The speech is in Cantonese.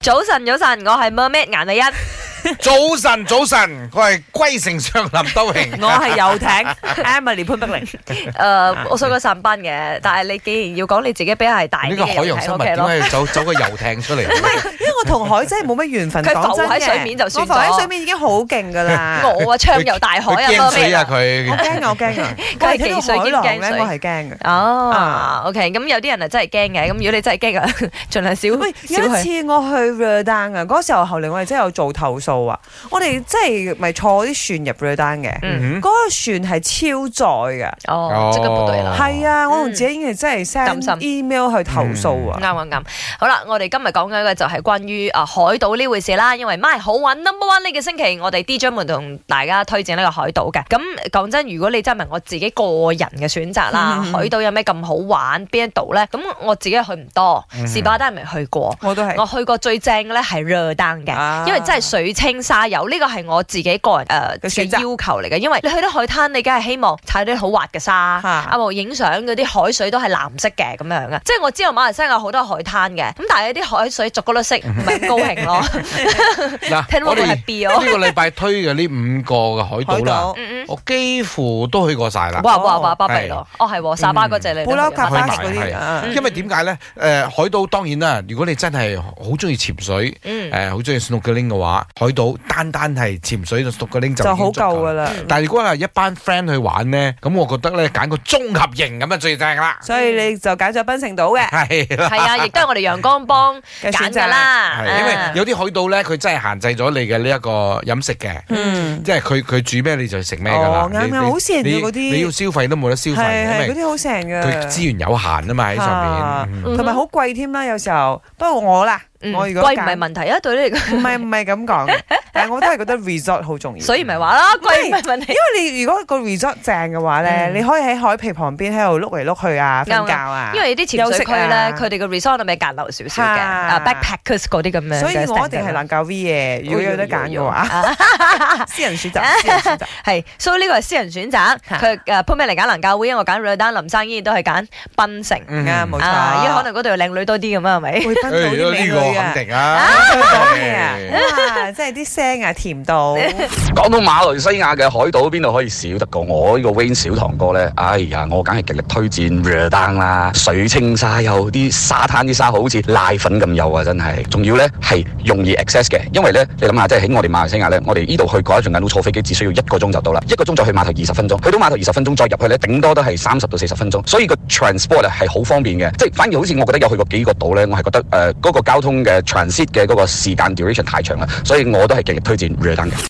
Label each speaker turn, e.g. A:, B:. A: 早晨，早晨，我係 Mermaid 顏 麗欣，
B: 早晨，早晨，我係歸城上林 都榮。
C: 我係 遊艇 Emily 潘碧玲，
A: 誒，呃我上過上班嘅，但係你既然要講你自己比係大
B: 呢
A: 啲
B: 個
A: 嘅
B: 海
A: 人
B: 洋
A: 睇
B: 生物
A: OK
B: 點
A: 咯，
B: 解要走 走個遊艇出嚟？
C: 因為我同海真係冇乜緣分。
A: 佢
C: 講真
A: 浮喺
C: 嘅
A: 水面就算咗
C: 我浮喺水面已經好勁㗎啦。
A: 我啊暢遊大 海
B: 佢
A: 啊
B: 驚水啊！
A: ，Mermaid 佢係
B: 佢
C: 我驚啊！我驚啊！我睇到
A: 奇水兼
C: 海浪
A: 驚水
C: 咧，我係驚嘅。
A: 哦
C: 啊
A: ，OK，咁有啲人啊真係驚嘅，咁如果你真係驚啊， 盡量少
C: 喂，有
A: 少去。
C: 一次我去 Rodan 啊，嗰時候後嚟我哋真係有做投訴啊！我哋真係咪坐啲船入 Rodan 嘅？
A: 嗯，
C: 嗰個船係超載嘅，
A: 哦，即刻部隊啦。
C: 係啊！我同
A: 嗯
C: 自己已經係真係
A: 擔
C: send
A: 心嗯
C: email 去投訴啊！
A: 啱啱啱，好啦，我哋今日講緊嘅就係關於啊海島呢回事啦，因為 My 好玩 Number One 呢個星期，我哋 DJ 們同大家推薦呢個海島嘅。咁講真，如果你真係問我自己個人嘅選擇啦，
C: 嗯
A: 海島有咩咁好玩？邊一度呢？咁我自己去唔多，
B: 嗯
A: 士巴丹未去過，
C: 我都係
A: 我去過最正嘅呢係熱丹嘅。
C: 啊
A: 因為真係水清沙幼，呢個係我自己個人誒
C: 嘅
A: 嘅
C: 選擇
A: 要求嚟嘅。因為你去到海灘，你梗係希望踩啲好滑嘅沙，
C: 嚇
A: 啊冇影相嗰啲海水都係藍色嘅咁樣嘅。即係我知道馬來西亞有好多海灘嘅，咁但係有啲海水逐嗰粒色，唔係高興 咯。 聽
B: 嗱，
A: 到
B: 我
A: 會
B: 哋呢
A: 係 B 咯。
B: 個禮拜推嘅呢五個嘅海
C: 海
B: 島啦，
C: 島、
A: 嗯
B: 我幾乎都去過晒啦
A: 嗯，。哇哇哇，巴
C: 哎
A: 閉咯
B: 係！
A: 哦係
C: 嗯
A: 喎，沙巴嗰只你都
C: 布拉
A: 去
C: 格
A: 咗
C: 巴
B: 係
C: 嗰
B: 係
C: 啲啊
A: 嗯
B: 因為點解咧？誒，海島當然啦，如果你真係好中意潛水，
A: 嗯
B: 誒，好中意 snorkeling 嘅話，海島單單係潛水同 snorkeling 就
C: 就
B: 已
C: 好
B: 經足夠
C: 夠
B: 啦。
C: 㗎啦。
A: 嗯
B: 但係如果係一班 friend 去玩咧，咁我覺得咧揀個綜合型咁啊最 正啦。
C: 所以你就揀咗檳城島嘅
B: 係啦。
A: 係啊，亦都係我哋陽光幫
C: 嗯嘅選
A: 揀
C: 擇
A: 㗎。啦。
B: 係，因為
A: 啊
B: 有啲海島咧，佢真係限制咗你嘅呢一個飲食嘅，
C: 嗯。
B: 即係佢佢煮咩你就食咩㗎啦
C: 哦。啱
B: 你
C: 啱
B: 你
C: 好成
B: 你
C: 嘅嗰啲
B: 你要消費都冇得消費，
C: 係係嗰
B: 因為
C: 啲好成
B: 佢資
C: 嘅，
B: 源有限啊嘛喺上
C: 啊
B: 面。嗯
A: 嗯
C: 同埋好貴添啦。有時候，不過我啦，
A: 嗯
C: 我如
A: 貴
C: 果
A: 唔係
C: 揀
A: 問題啊，對你嚟講，
C: 唔係唔係咁 講嘅，但係我都係覺得 resort 好重要。
A: 所以咪話啦，貴唔係問題。
C: 因為你如果個 resort 正嘅話咧，
A: 嗯
C: 你可以喺海皮旁邊喺度碌嚟碌去啊，
A: 啱
C: 瞓覺啊。
A: 因為啲潛水區
C: 休息
A: 咧
C: 啊，
A: 佢哋嘅 resort 係咪隔樓少少嘅？
C: 嚇
A: 啊，backpackers 嗰啲咁樣嘅 standard 啦。
C: 所以我一定係能教 V 嘅，
A: 哦
C: 如果有得揀嘅話，
A: 啊
C: 私人選 擇，私人選擇。
A: 係，所以呢個係私人選擇。
C: 嚇
A: 佢誒潘美玲揀能教會，我揀 r o d a n 林生依然都係揀檳城。
B: 嗯
C: 啱冇錯
A: 啊，因為可能嗰度有靚女多啲咁啊，係咪？
C: 會分到
B: 誒
C: 啲
B: 哎
C: 美
B: 呢
C: 女
B: 個
C: 啊
B: 肯！定啊哎
C: 我講嘢啊，哇！真係啲聲啊，甜到〜
D: 講到馬來西亞嘅海島，邊度可以少得過我呢個 Wayne 小堂哥呢？哎呀，我梗係極力推薦 Redang 啦，水清沙幼，啲沙灘啲沙好似奶粉咁幼啊，真係。仲要呢係容易 access 嘅，因為呢，你諗下，即係喺我哋馬來西亞呢，我哋呢度去嗰一陣間都坐飛機只需要一個鐘就到啦，一個鐘就去碼頭二十分鐘，去到碼頭二十分鐘再入去呢，頂多都係三十到四十分鐘，所以個 transport 啊係好方便嘅。即係反而好似我覺得有去過幾個島呢，我係覺得誒嗰、個交通嘅 transit 嘅嗰個時間 duration 太長啦，所以我都係極力推薦 Redang 嘅。